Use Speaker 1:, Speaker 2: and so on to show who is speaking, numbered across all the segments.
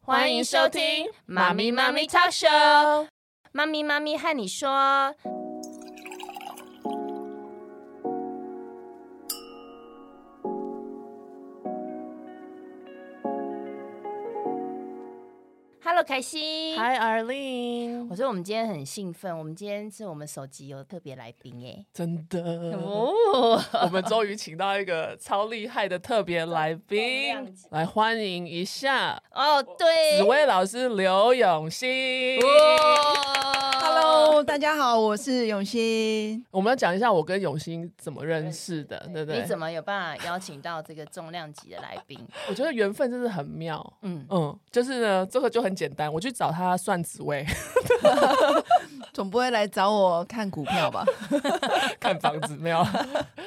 Speaker 1: 欢迎收听《妈咪妈咪 Talk Show》，妈咪妈咪和你说。Hello，开心。
Speaker 2: Hi Arlene，
Speaker 1: 我说我们今天很兴奋，我们今天是我们首集有特别来宾耶。
Speaker 2: 真的，
Speaker 1: 哦，
Speaker 2: 我们终于请到一个超厉害的特别来
Speaker 1: 重量
Speaker 2: 宾
Speaker 1: 级，
Speaker 2: 来欢迎一下
Speaker 1: 哦，对
Speaker 2: 紫，薇老师刘永新。
Speaker 1: 哦哇
Speaker 3: Hello，大家好，我是永新。
Speaker 2: 我们要讲一下我跟永新怎么认识的，对不
Speaker 1: 你怎
Speaker 2: 对？
Speaker 1: 么有办法邀请到这个重量级的来宾？
Speaker 2: 我觉得缘分真是很妙。
Speaker 1: 嗯，
Speaker 2: 嗯，就是呢，这个就很简单，我去找他算紫薇，
Speaker 3: 总不会来找我看股票吧？
Speaker 2: 看房子没有？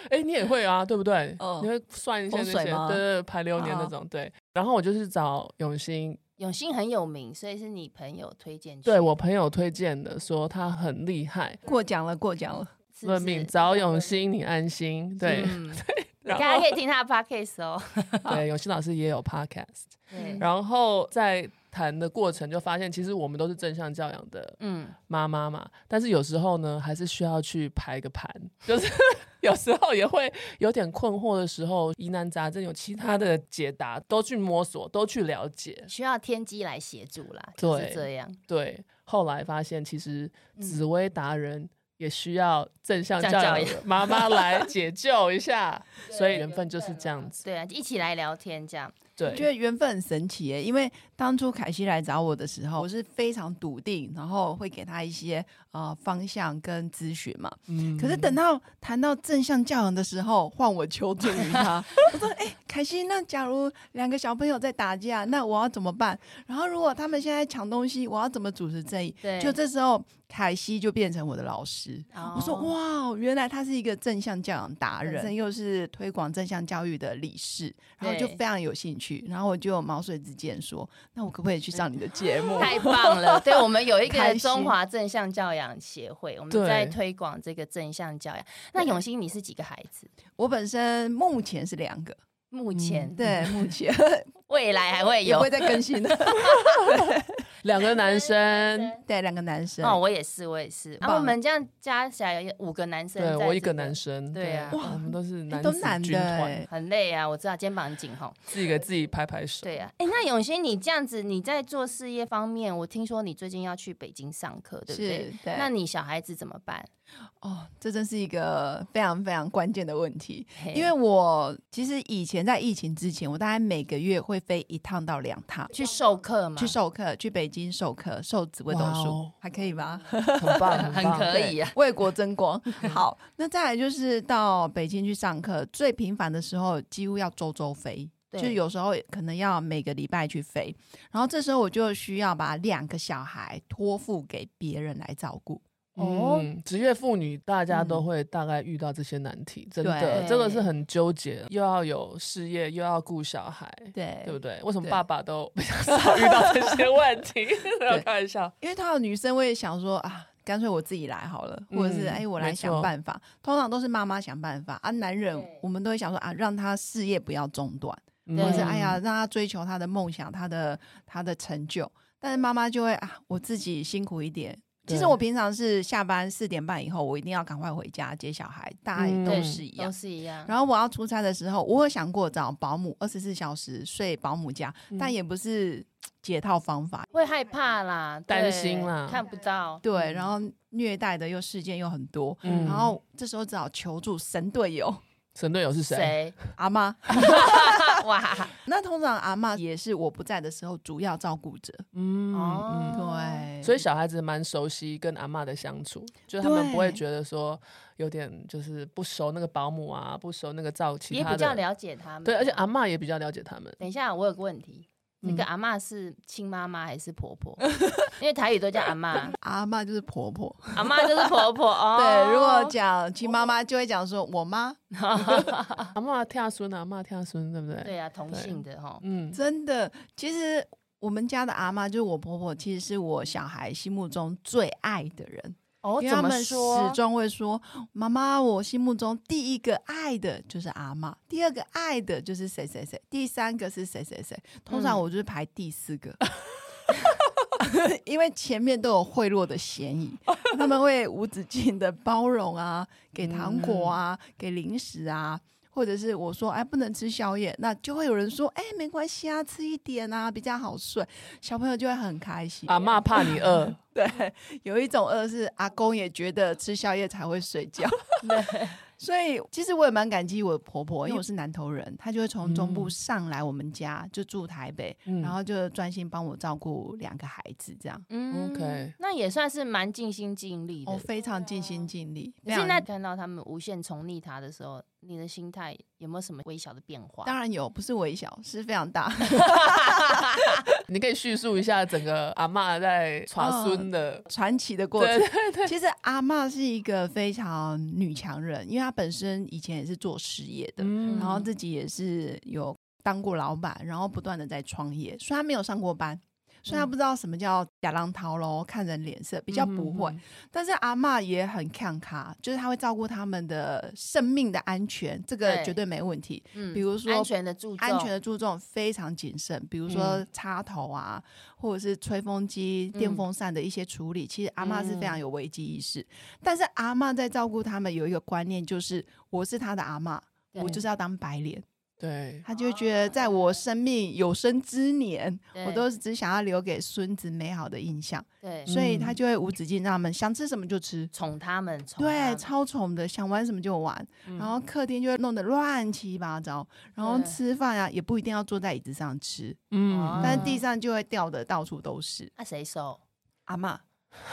Speaker 2: 哎、你也会啊，对不对？
Speaker 3: 嗯
Speaker 2: 你会算一下那些，
Speaker 3: 风水
Speaker 2: 对
Speaker 3: 吗
Speaker 2: 对对，排流年那种，对。然后我就是找永新，
Speaker 1: 永兴很有名，所以是你朋友推荐去，
Speaker 2: 对我朋友推荐的，说他很厉害，
Speaker 3: 过奖了，过奖了。
Speaker 1: 是不
Speaker 2: 论
Speaker 1: 是
Speaker 2: 命找永新，你安心。对，
Speaker 1: 嗯， 大
Speaker 2: 然
Speaker 1: 家
Speaker 2: 后
Speaker 1: 可以听他的 podcast 哦。
Speaker 2: 对永新老师也有 podcast，
Speaker 1: 对，
Speaker 2: 然后在谈的过程就发现，其实我们都是正向教养的
Speaker 1: 嗯，
Speaker 2: 妈妈嘛，但是有时候呢，还是需要去排个盘，就是 有时候也会有点困惑的时候，疑难杂症有其他的解答，都去摸索，都去了解。
Speaker 1: 需要天机来协助啦，就是
Speaker 2: 对
Speaker 1: 这样。
Speaker 2: 对，后来发现其实
Speaker 1: 嗯
Speaker 2: 紫薇达人也需要正向
Speaker 1: 这样
Speaker 2: 教
Speaker 1: 教
Speaker 2: 养
Speaker 1: 养
Speaker 2: 的妈 妈来解救一下，所以缘分就是这样子。
Speaker 1: 对啊，一起来聊天这样。
Speaker 3: 我觉
Speaker 2: 对，
Speaker 3: 得缘分很神奇耶，因为当初凯西来找我的时候，我是非常笃定，然后会给他一些呃方向跟咨询嘛。
Speaker 2: 嗯
Speaker 3: 可是等到谈到正向教养的时候，换我求助于他。我说：“哎、凯西，那假如两个小朋友在打架，那我要怎么办？然后如果他们现在抢东西，我要怎么主持正义？”
Speaker 1: 对，
Speaker 3: 就这时候，凯西就变成我的老师。
Speaker 1: 哦，
Speaker 3: 我说哇，原来他是一个正向教养达人，
Speaker 1: 本
Speaker 3: 本
Speaker 1: 身
Speaker 3: 身又是推广正向教育的理事，然后就
Speaker 1: 对
Speaker 3: 非常有兴趣，然后我就毛遂自荐说，那我可不可以去上你的节目？
Speaker 1: 太棒了！对我们 有一个
Speaker 3: 开心
Speaker 1: 中华正向教养协会，我们
Speaker 2: 对
Speaker 1: 在推广这个正向教养。那永兴，你是几个孩子？
Speaker 3: 我本身目前是两个，
Speaker 2: 嗯
Speaker 1: 目前，
Speaker 3: 对，目 前
Speaker 1: 未来还会
Speaker 3: 也
Speaker 1: 有
Speaker 3: 会再更新的，
Speaker 2: 两个男生，
Speaker 3: 对，两个男生。
Speaker 1: 哦，我也是，我也是。然
Speaker 3: 棒
Speaker 1: 后我们这样加起来有五个男生，
Speaker 2: 对我一个男，生，
Speaker 1: 对啊
Speaker 2: 我
Speaker 3: 哇
Speaker 2: 们哎都哎是男
Speaker 3: 都
Speaker 2: 子
Speaker 3: 男
Speaker 2: 军
Speaker 3: 的
Speaker 2: 团，
Speaker 3: 欸，
Speaker 1: 很累啊，我知道肩膀很紧吼。
Speaker 2: 自己给自己拍拍手。
Speaker 1: 对啊，哎，那永兴，你这样子，你在做事业方面，我听说你最近要去北京上课，对不对？
Speaker 3: 是对。
Speaker 1: 那你小孩子怎么办？
Speaker 3: 哦，这真是一个非常非常关键的问题，
Speaker 1: 嘿
Speaker 3: 因为我其实以前在疫情之前，我大概每个月会飞一趟到两趟，
Speaker 1: 去授课嘛，
Speaker 3: 去授课，去北京授课，授紫微斗
Speaker 2: 哇
Speaker 3: 数
Speaker 2: 哦，
Speaker 3: 还可以吧？
Speaker 2: 很 棒，很
Speaker 1: 很
Speaker 2: 棒。
Speaker 1: 可以啊。
Speaker 3: 对 为国争光。好，那再来就是到北京去上课，最频繁的时候几乎要周周飞。
Speaker 1: 对
Speaker 3: 就有时候可能要每个礼拜去飞，然后这时候我就需要把两个小孩托付给别人来照顾。
Speaker 1: 哦
Speaker 2: 嗯，职业妇女大家都会大概遇到这些难题，真的，
Speaker 3: 对
Speaker 2: 这个是很纠结，又要有事业，又要顾小孩，
Speaker 3: 对
Speaker 2: 对不对？为什么
Speaker 3: 对
Speaker 2: 爸爸都比较少遇到这 些问题？ 没有
Speaker 3: 对
Speaker 2: 开玩笑，
Speaker 3: 因为她的女生会想说啊，干脆我自己来好了，或者是
Speaker 2: 嗯
Speaker 3: 哎、我
Speaker 2: 没
Speaker 3: 来
Speaker 2: 错
Speaker 3: 想办法。通常都是妈妈想办法啊，男人
Speaker 1: 对
Speaker 3: 我们都会想说啊，让他事业不要中断。
Speaker 1: 对
Speaker 3: 或者是
Speaker 2: 嗯
Speaker 3: 哎呀，，让他追求他的梦想，他的他的成就。但是妈妈就会啊，我自己辛苦一点。其实
Speaker 2: 对
Speaker 3: 我平常是下班四点半以后，我一定要赶快回家接小孩，大家
Speaker 1: 对
Speaker 3: 都是一
Speaker 1: 嗯
Speaker 3: 样。
Speaker 1: 都是一样。
Speaker 3: 然后我要出差的时候，我有想过找保姆，二十四小时睡保姆家，但也不是解套方法。
Speaker 1: 会害怕啦，
Speaker 2: 担
Speaker 1: 对
Speaker 2: 心啦
Speaker 1: 看不到。
Speaker 3: 对，然后虐待的又事件又很多，
Speaker 2: 嗯
Speaker 3: 然后这时候只好求助神队友
Speaker 2: 神队友是谁？
Speaker 1: 谁？
Speaker 3: 阿妈。
Speaker 1: 哇，
Speaker 3: 那通常阿妈也是我不在的时候主要照顾者。
Speaker 2: 嗯
Speaker 1: 哦
Speaker 2: 嗯。
Speaker 3: 对，
Speaker 2: 所以小孩子蛮熟悉跟阿嬷的相处，就是他们不会觉得说有点就是不熟那个保姆啊，不熟那个照其
Speaker 1: 也
Speaker 2: 他
Speaker 1: 比较
Speaker 2: 的，
Speaker 1: 了解他们。
Speaker 2: 对，而且
Speaker 3: 啊
Speaker 2: 阿嬷也比较了解他们。
Speaker 1: 等一下，我有个问题，那个
Speaker 2: 嗯
Speaker 1: 阿嬷是亲妈妈还是婆 婆？因为台语都叫阿嬷，
Speaker 3: 阿妈就是婆婆。
Speaker 1: 阿嬷就是婆婆哦。
Speaker 3: 对，如果讲亲妈妈，就会讲说我妈
Speaker 2: 阿嬷跳孙啊，阿嬷跳孙，对不对？
Speaker 1: 对啊，同性的哈，
Speaker 2: 嗯，
Speaker 3: 真的。其实我们家的阿妈就是我婆婆，其实是我小孩心目中最爱的人，
Speaker 1: 哦
Speaker 3: 因为他们始终会说妈妈，我心目中第一个爱的就是阿妈，第二个爱的就是谁谁谁，第三个是谁谁谁。通常
Speaker 1: 嗯
Speaker 3: 我就是排第四个， 因为前面都有贿赂的嫌疑，他们会无止境的包容啊，给糖果
Speaker 1: 嗯
Speaker 3: 啊，给零食啊，或者是我说哎不能吃宵夜，那就会有人说哎没关系啊，吃一点啊比较好睡，小朋友就会很开心。
Speaker 1: 啊
Speaker 2: 阿妈怕你 饿，
Speaker 3: 对，有一种饿是阿公也觉得吃宵夜才会睡 觉，所以其实我也蛮感激我婆婆，因为我是南投人，她就会从中部
Speaker 2: 嗯
Speaker 3: 上来我们家，就住台北，
Speaker 2: 嗯
Speaker 3: 然后就专心帮我照顾两个孩子，这样
Speaker 1: 嗯
Speaker 2: OK
Speaker 1: 那也算是蛮尽心尽力的。
Speaker 3: 我、哦、非常尽心尽力。
Speaker 1: 你现
Speaker 3: 非
Speaker 1: 在
Speaker 3: 常
Speaker 1: 看到他们无限宠溺他的时候，你的心态有没有什么微小的变化？
Speaker 3: 当然有，不是微小，是非常 大。
Speaker 2: 你可以叙述一下整个阿妈在传孙的
Speaker 3: 传奇的嗯过
Speaker 2: 对
Speaker 3: 程。
Speaker 2: 对对，
Speaker 3: 其实阿嬷是一个非常女强人，因为她本身以前也是做实业的，
Speaker 2: 嗯
Speaker 3: 然后自己也是有当过老板，然后不断的在创业，所以她没有上过班，所以
Speaker 1: 嗯
Speaker 3: 她不知道什么叫假浪淘喽，看人脸色比较
Speaker 1: 嗯
Speaker 2: 嗯
Speaker 3: 不会。，但是阿嬷也很看卡，就是她会照顾他们的生命的安全，这个
Speaker 1: 对
Speaker 3: 绝对没问题。
Speaker 1: 嗯
Speaker 3: 比如说
Speaker 1: 安全的注重，
Speaker 3: 安全的注重非常谨慎，比如说插头啊，或者是吹风机、
Speaker 1: 嗯
Speaker 3: 电风扇的一些处理，其实阿妈是非常有危机意识。但是阿妈在照顾他们有一个观念，就是我是他的阿妈，
Speaker 1: 对
Speaker 3: 我就是要当白脸，
Speaker 2: 对，
Speaker 3: 他就会觉得在我生命有生之年，
Speaker 1: 对
Speaker 3: 我都是只想要留给孙子美好的印象，
Speaker 1: 对
Speaker 3: 所以他就会无止境让他们想吃什么就吃。
Speaker 1: 宠他们，宠他
Speaker 3: 对，
Speaker 1: 们
Speaker 3: 超宠的，想玩什么就玩，然后客厅就会弄得乱七八糟，然后
Speaker 1: 对
Speaker 3: 吃饭啊也不一定要坐在椅子上吃，
Speaker 2: 嗯
Speaker 3: 但
Speaker 1: 嗯
Speaker 3: 是地上就会掉的到处都是。
Speaker 1: 那啊谁收？
Speaker 3: 阿嬷，
Speaker 1: 哦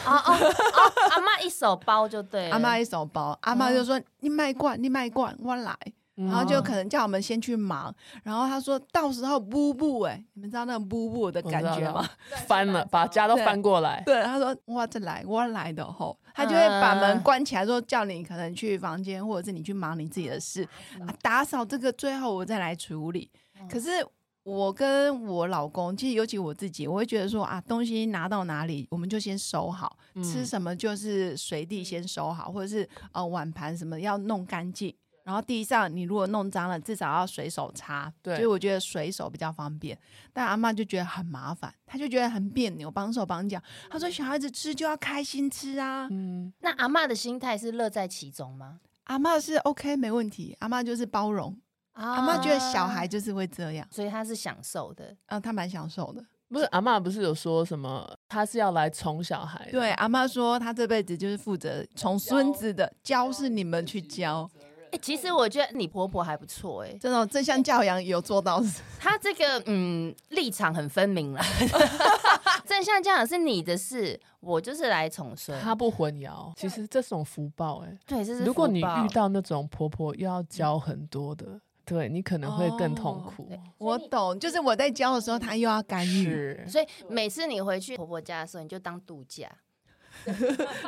Speaker 1: 哦哦，阿妈一手包就对了，
Speaker 3: 阿嬷一手包，阿嬷就说：“你卖罐，你卖罐，我来。”然后就可能叫我们先去忙，然后她说到时候布布哎，你们知道那个布布的
Speaker 2: 我
Speaker 3: 感
Speaker 2: 知道
Speaker 3: 觉吗？
Speaker 2: 翻了，把家都
Speaker 3: 对
Speaker 2: 翻过来，
Speaker 3: 对，她说我再来，我来的吼，她就会把门关起来，说叫你可能去房间，或者是你去忙你自己的事，啊打扫这个最后我再来处理。可是我跟我老公，其实尤其我自己，我会觉得说啊，东西拿到哪里，我们就先收好，
Speaker 2: 嗯
Speaker 3: 吃什么就是随地先收好，或者是呃碗盘什么要弄干净。然后地上你如果弄脏了，至少要随手擦。
Speaker 2: 对
Speaker 3: 所以我觉得随手比较方便。但阿妈就觉得很麻烦，她就觉得很别扭，帮手帮脚。她说小孩子吃就要开心吃啊。
Speaker 2: 嗯，
Speaker 1: 那阿妈的心态是乐在其中吗？
Speaker 3: 阿妈是 OK 没问题，阿妈就是包容。
Speaker 1: 阿
Speaker 3: 阿妈觉得小孩，就是会这样，
Speaker 1: 啊所以他是享受的，
Speaker 3: 啊，她蛮享受的。
Speaker 2: 不是阿妈不是有说什么，她是要来宠小孩的，
Speaker 3: 对，啊阿妈说她这辈子就是负责从孙子的教是你们去教，哦
Speaker 1: 哎、其实我觉得你婆婆还不错哎、
Speaker 3: 这种正向教养有做到是
Speaker 1: 她这个嗯立场很分明 啦。正向教养是你的事，我就是来宠孙。
Speaker 2: 她不混淆。其实这种福报，哎，
Speaker 1: 对，这是
Speaker 2: 如果
Speaker 1: 福
Speaker 2: 你
Speaker 1: 报
Speaker 2: 遇到那种婆婆又要教很多的，对你可能会更痛
Speaker 3: 哦
Speaker 2: 苦
Speaker 1: 对。
Speaker 3: 我懂，就是我在教的时候，她又要干预，
Speaker 2: 嗯是，
Speaker 1: 所以每次你回去婆婆家的时候，你就当度假，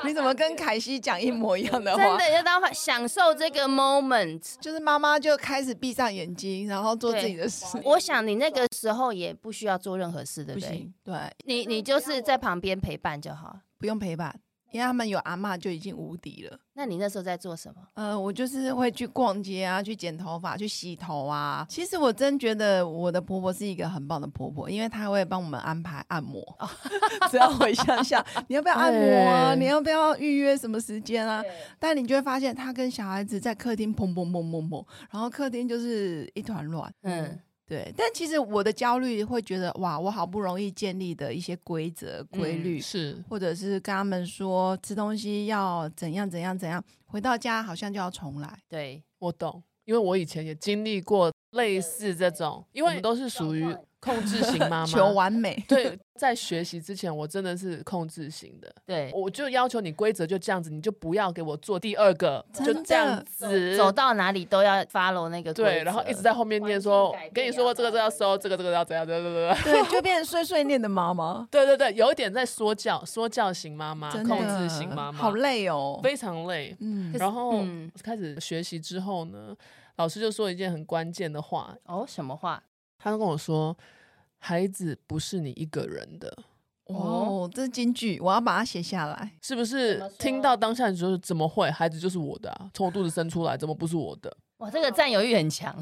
Speaker 3: 你怎么跟凯西讲一模一样的
Speaker 1: 真
Speaker 3: 话？
Speaker 1: 的就当享受这个 moment。
Speaker 3: 就是妈妈就开始闭上眼睛，然后做
Speaker 1: 对
Speaker 3: 自己的事，
Speaker 1: 我想你那个时候也不需要做任何事，对
Speaker 3: 不
Speaker 1: 不对？
Speaker 3: 行，对，
Speaker 1: 你你就是在旁边陪伴就好。
Speaker 3: 不用陪伴，因为他们有阿妈就已经无敌了。
Speaker 1: 那你那时候在做什么？
Speaker 3: 呃，我就是会去逛街啊，去剪头发，去洗头啊。其实我真觉得我的婆婆是一个很棒的婆婆，因为她会帮我们安排按摩。只要回乡下，你要不要按摩啊？
Speaker 2: 对
Speaker 3: 你要不要预约什么时间啊？但你就会发现，她跟小孩子在客厅砰砰砰砰砰，然后客厅就是一团乱。
Speaker 1: 嗯，
Speaker 3: 对，但其实我的焦虑会觉得，哇，我好不容易建立的一些规则规
Speaker 1: 嗯
Speaker 3: 律，
Speaker 2: 是，
Speaker 3: 或者是跟他们说吃东西要怎样怎样怎样，回到家好像就要重来。
Speaker 1: 对，
Speaker 2: 我懂，因为我以前也经历过类似这种，因为我们都是属于控制型妈
Speaker 3: 求
Speaker 2: 妈。
Speaker 3: 完美。
Speaker 2: 对，在学习之前，我真的是控制型的，
Speaker 1: 对，
Speaker 2: 我就要求你规则就这样子，你就不要给我做第二个，
Speaker 3: 真
Speaker 2: 就
Speaker 3: 的
Speaker 2: 这样子。
Speaker 1: 走到哪里都要 follow 那个规
Speaker 2: 对，
Speaker 1: 则
Speaker 2: 然后一直在后面念说，跟你说过这个这个要收，这个这个要怎样，对对对
Speaker 3: 对，就变成碎碎念的妈妈，
Speaker 2: 对对对，有一点在说教，说教型妈妈，
Speaker 3: 真的
Speaker 2: 控制型妈妈，
Speaker 3: 好累哦。
Speaker 2: 非常累。
Speaker 3: 嗯，
Speaker 2: 然后
Speaker 1: 嗯
Speaker 2: 开始学习之后呢，老师就说一件很关键的话，
Speaker 1: 哦什么话？
Speaker 2: 他就跟我说：“孩子不是你一个人的，
Speaker 3: 哦，这是金句，我要把它写下来。
Speaker 2: 是不是？”听到当下你就是怎么会？孩子就是我的、啊，从我肚子生出来，怎么不是我的？
Speaker 1: 哇，这个占有欲很强，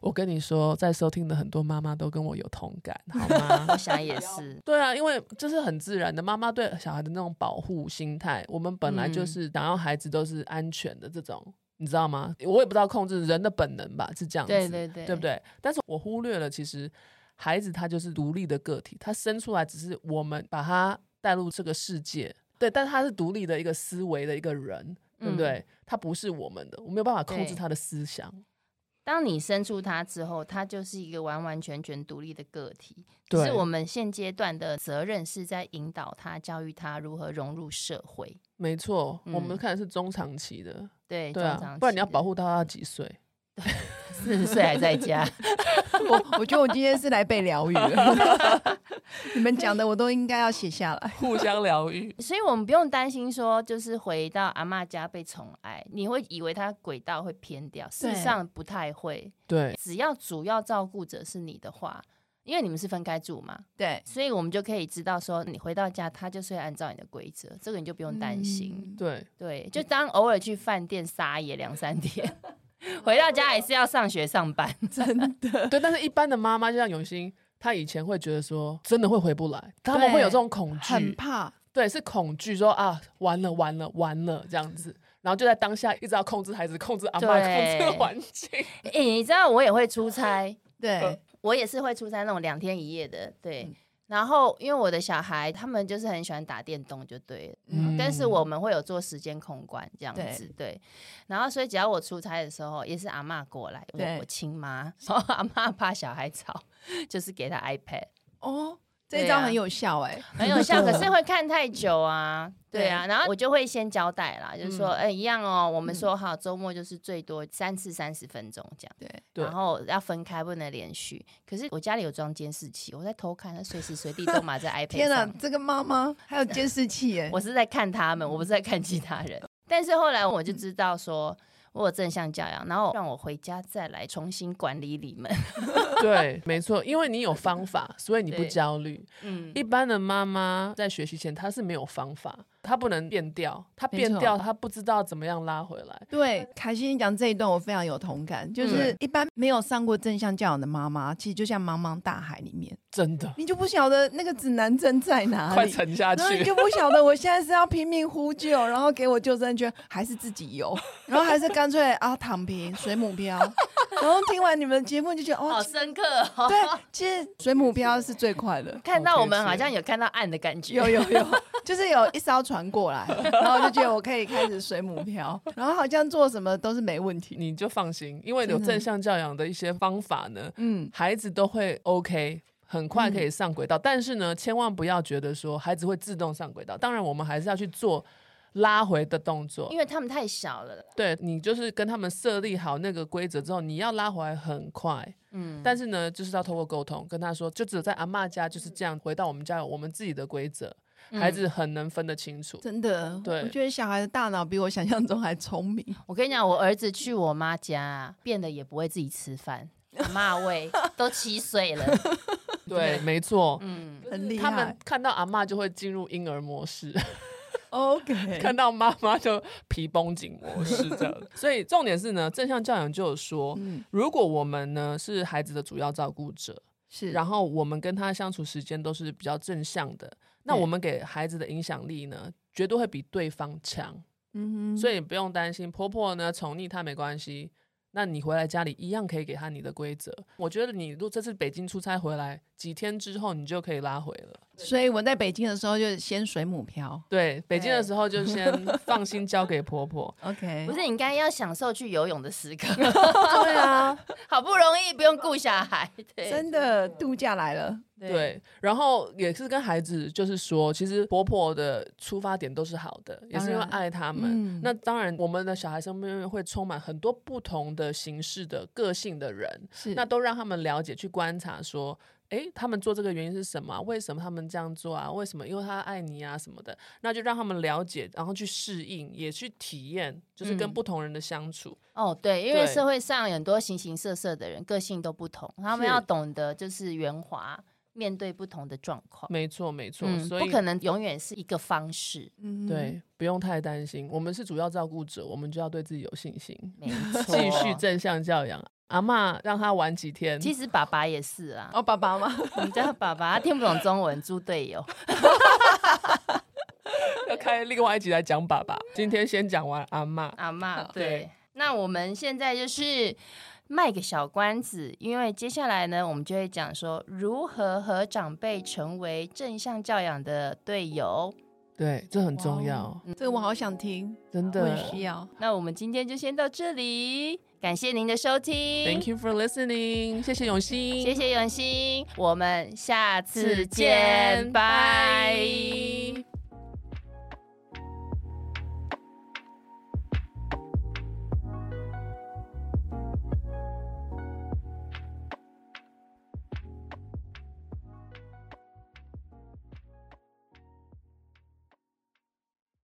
Speaker 2: 我跟你说，在收听的很多妈妈都跟我有同感，好吗？
Speaker 1: 我想也是。
Speaker 2: 对啊，因为这是很自然的，妈妈对小孩的那种保护心态，我们本来就
Speaker 1: 嗯
Speaker 2: 是想要孩子都是安全的这种，你知道吗？我也不知道控制人的本能吧，是这样子，
Speaker 1: 对对对，
Speaker 2: 对不？对？但是我忽略了，其实孩子他就是独立的个体，他生出来只是我们把他带入这个世界，对，但他是独立的一个思维的一个人，对
Speaker 1: 嗯
Speaker 2: 不对？他不是我们的，我没有办法控制
Speaker 1: 对
Speaker 2: 他的思想，
Speaker 1: 当你生出他之后，他就是一个完完全全独立的个体。
Speaker 2: 对
Speaker 1: 是我们现阶段的责任是在引导他、教育他如何融入社会。
Speaker 2: 没错，我们
Speaker 1: 嗯
Speaker 2: 看的是中长期的，
Speaker 1: 对，
Speaker 2: 对
Speaker 1: 中长
Speaker 2: 啊，
Speaker 1: 期
Speaker 2: 不然你要保护到他几岁？
Speaker 1: 四十岁还在 家，
Speaker 3: 我我觉得我今天是来被疗愈的， 你们讲的我都应该要写下来。
Speaker 2: 互相疗愈
Speaker 1: 所以我们不用担心说，就是回到阿嬷家被宠爱，你会以为他轨道会偏掉，事实
Speaker 3: 对
Speaker 1: 上不太会。
Speaker 2: 对，
Speaker 1: 只要主要照顾者是你的话，因为你们是分开住嘛，
Speaker 3: 对，
Speaker 1: 所以我们就可以知道说，你回到家，他就是会按照你的规则，这个你就不用担心。
Speaker 3: 嗯
Speaker 2: 对，
Speaker 1: 对，就当偶尔去饭店撒野两三天， 回到家还是要上学上班。
Speaker 3: 嗯
Speaker 2: 对，但是一般的妈妈，就像永兴，她以前会觉得说，真的会回不来，他们
Speaker 3: 对
Speaker 2: 会有这种恐
Speaker 3: 很
Speaker 2: 惧，
Speaker 3: 怕。
Speaker 2: 对，是恐惧说啊，完了完了完了这样子，然后就在当下一直要控制孩子，控制阿妈，控
Speaker 1: 对
Speaker 2: 制环境，
Speaker 1: 哎、你知道我也会出差，
Speaker 3: 对，
Speaker 1: 我也是会出差那种两天一夜的，对。然后，因为我的小孩他们就是很喜欢打电动，就对了。
Speaker 2: 嗯
Speaker 1: 但是我们会有做时间控管这样
Speaker 3: 对
Speaker 1: 子，对。然后，所以只要我出差的时候，也是阿嬷过来，
Speaker 3: 对
Speaker 1: 我我亲妈， 然后阿嬷怕小孩吵， 就是给他 iPad，
Speaker 3: 哦，这一
Speaker 1: 对
Speaker 3: 招
Speaker 1: 啊
Speaker 3: 很有效哎。
Speaker 1: 很有效，
Speaker 2: 真
Speaker 1: 可
Speaker 2: 的
Speaker 1: 是会看太久啊。对啊，然后我就会先交代啦，就是说，哎、一样哦，我们说好周末就是最多三次三十分钟这样，
Speaker 3: 对，
Speaker 2: 对
Speaker 1: 然后要分开，不能连续。可是我家里有装监视器，我在偷看，他随时随地都码在 iPad
Speaker 3: 天啊哪，
Speaker 1: 上，
Speaker 3: 这个妈妈还有监视器哎。
Speaker 1: 我是在看他们，我不是在看其他人。但是后来我就知道说，我有正向教养，然后让我回家再来重新管理你们。
Speaker 2: 对，没错，因为你有方法，所以你不
Speaker 1: 对
Speaker 2: 焦虑。
Speaker 1: 嗯，
Speaker 2: 一般的妈妈在学习前，她是没有方法，她不能变调，她
Speaker 3: 没
Speaker 2: 变
Speaker 3: 错
Speaker 2: 调，她不知道怎么样拉回来。
Speaker 3: 对，凯西，你讲这一段我非常有同感，
Speaker 1: 嗯
Speaker 3: 就是一般没有上过正向教养的妈妈，其实就像茫茫大海里面，
Speaker 2: 真的，
Speaker 3: 你就不晓得那个指南针在哪
Speaker 2: 快
Speaker 3: 里，
Speaker 2: 沉下
Speaker 3: 然后啊你
Speaker 2: 去
Speaker 3: 就。不晓得我现在是要拼命呼救，然后给我救生圈，还是自己游，然后还是干脆啊躺平水母漂，然后听完你们的节目就觉得
Speaker 1: 好
Speaker 3: 哦，
Speaker 1: 深刻哦，
Speaker 3: 对，其实水母漂是最快的，
Speaker 1: 看到我们
Speaker 2: 好
Speaker 1: 好
Speaker 2: 贴切
Speaker 1: 像有看到暗的感觉。
Speaker 3: 有有有，就是有一艘船过来，然后就觉得我可以开始水母漂，然后好像做什么都是没问题，
Speaker 2: 你就放心，因为有
Speaker 3: 真的
Speaker 2: 正向教养的一些方法呢，
Speaker 3: 嗯，
Speaker 2: 孩子都会 OK，很快可以上轨道。但是呢，千万不要觉得说孩子会自动上轨道。当然，我们还是要去做拉回的动作
Speaker 1: 因。为他们太小了啦，
Speaker 2: 对你就是跟他们设立好那个规则之后，你要拉回来很快。
Speaker 1: 嗯，
Speaker 2: 但是呢，就是要透过沟通跟他说，就只有在阿嬷家就是这样，回到我们家有我们自己的规则，
Speaker 1: 嗯
Speaker 2: 孩子很能分得清楚。
Speaker 3: 嗯真的，
Speaker 2: 对
Speaker 3: 我觉得小孩的大脑比我想象中还聪明，
Speaker 1: 我跟你讲，我儿子去我妈家，啊变得也不会自己吃饭，阿妈喂，都七岁了，
Speaker 2: 对，没错。
Speaker 1: 嗯，
Speaker 3: 很厉
Speaker 2: 他们
Speaker 3: 害。
Speaker 2: 看到阿嬷就会进入婴儿模式，看
Speaker 3: OK，
Speaker 2: 到妈妈就皮绷紧模式这样。 所以重点是呢，正向教养就有说，
Speaker 3: 嗯，
Speaker 2: 如果我们呢是孩子的主要照顾者，
Speaker 3: 是，
Speaker 2: 然后我们跟他相处时间都是比较正向的，那
Speaker 3: 对
Speaker 2: 我们给孩子的影响力呢，绝对会比对方强。
Speaker 3: 嗯哼
Speaker 2: 所以不用担心，婆婆呢宠溺她没关系。那你回来家里一样可以给她你的规则。我觉得你如果这次北京出差回来几天之后，你就可以拉回了。
Speaker 3: 所以我在北京的时候就先水母漂
Speaker 2: 对，北京的
Speaker 1: 对
Speaker 2: 时候就先放心交给婆婆。
Speaker 3: ，OK，
Speaker 1: 不是你应该要享受去游泳的时刻，
Speaker 3: 对 啊，
Speaker 1: 好不容易不用顾小孩，对
Speaker 3: 真的度假来了，
Speaker 2: 对，然后也是跟孩子就是说，其实婆婆的出发点都是好的，也是因为
Speaker 3: 当然
Speaker 2: 爱他们。
Speaker 3: 嗯
Speaker 2: 那当然，我们的小孩身边会充满很多不同的形式的个性的人，
Speaker 3: 是
Speaker 2: 那都让他们了解去观察说。诶，他们做这个原因是什么啊、为什么他们这样做啊？为什么？因为他爱你啊什么的，那就让他们了解，然后去适应，也去体验，就是跟
Speaker 1: 嗯
Speaker 2: 不同人的相处。
Speaker 1: 哦，对，因为
Speaker 2: 对
Speaker 1: 社会上有很多形形色色的人，个性都不同，他们
Speaker 2: 是
Speaker 1: 要懂得就是圆滑。面对不同的状况。
Speaker 2: 没错没错，
Speaker 1: 嗯，
Speaker 2: 所
Speaker 1: 不
Speaker 2: 以
Speaker 1: 可能永远是一个方式，
Speaker 3: 嗯，
Speaker 2: 对，不用太担心。我们是主要照顾者，我们就要对自己有信心，
Speaker 1: 没错。
Speaker 2: 继续正向教养。阿嬷让他玩几天，
Speaker 1: 其实爸爸也是啊，
Speaker 3: 哦，爸爸吗？
Speaker 1: 我们家爸爸他听不懂中文，猪队友。
Speaker 2: 要开另外一集来讲爸爸。今天先讲完阿嬷。
Speaker 1: 阿妈，
Speaker 3: 好
Speaker 1: 对
Speaker 2: 对。
Speaker 1: 那我们现在就是卖个小关子，因为接下来呢，我们就会讲说如何和长辈成为正向教养的队友。
Speaker 2: 对，这很重
Speaker 3: 哇
Speaker 2: 要，
Speaker 3: 这个我好想听，
Speaker 2: 真
Speaker 3: 我
Speaker 2: 的。
Speaker 3: 也需要。
Speaker 1: 那我们今天就先到这里，感谢您的收听
Speaker 2: Thank you for listening，谢谢永兴，
Speaker 1: 谢谢永兴，我们下次
Speaker 2: 次
Speaker 1: 见，
Speaker 2: 见，
Speaker 1: 拜。
Speaker 2: 拜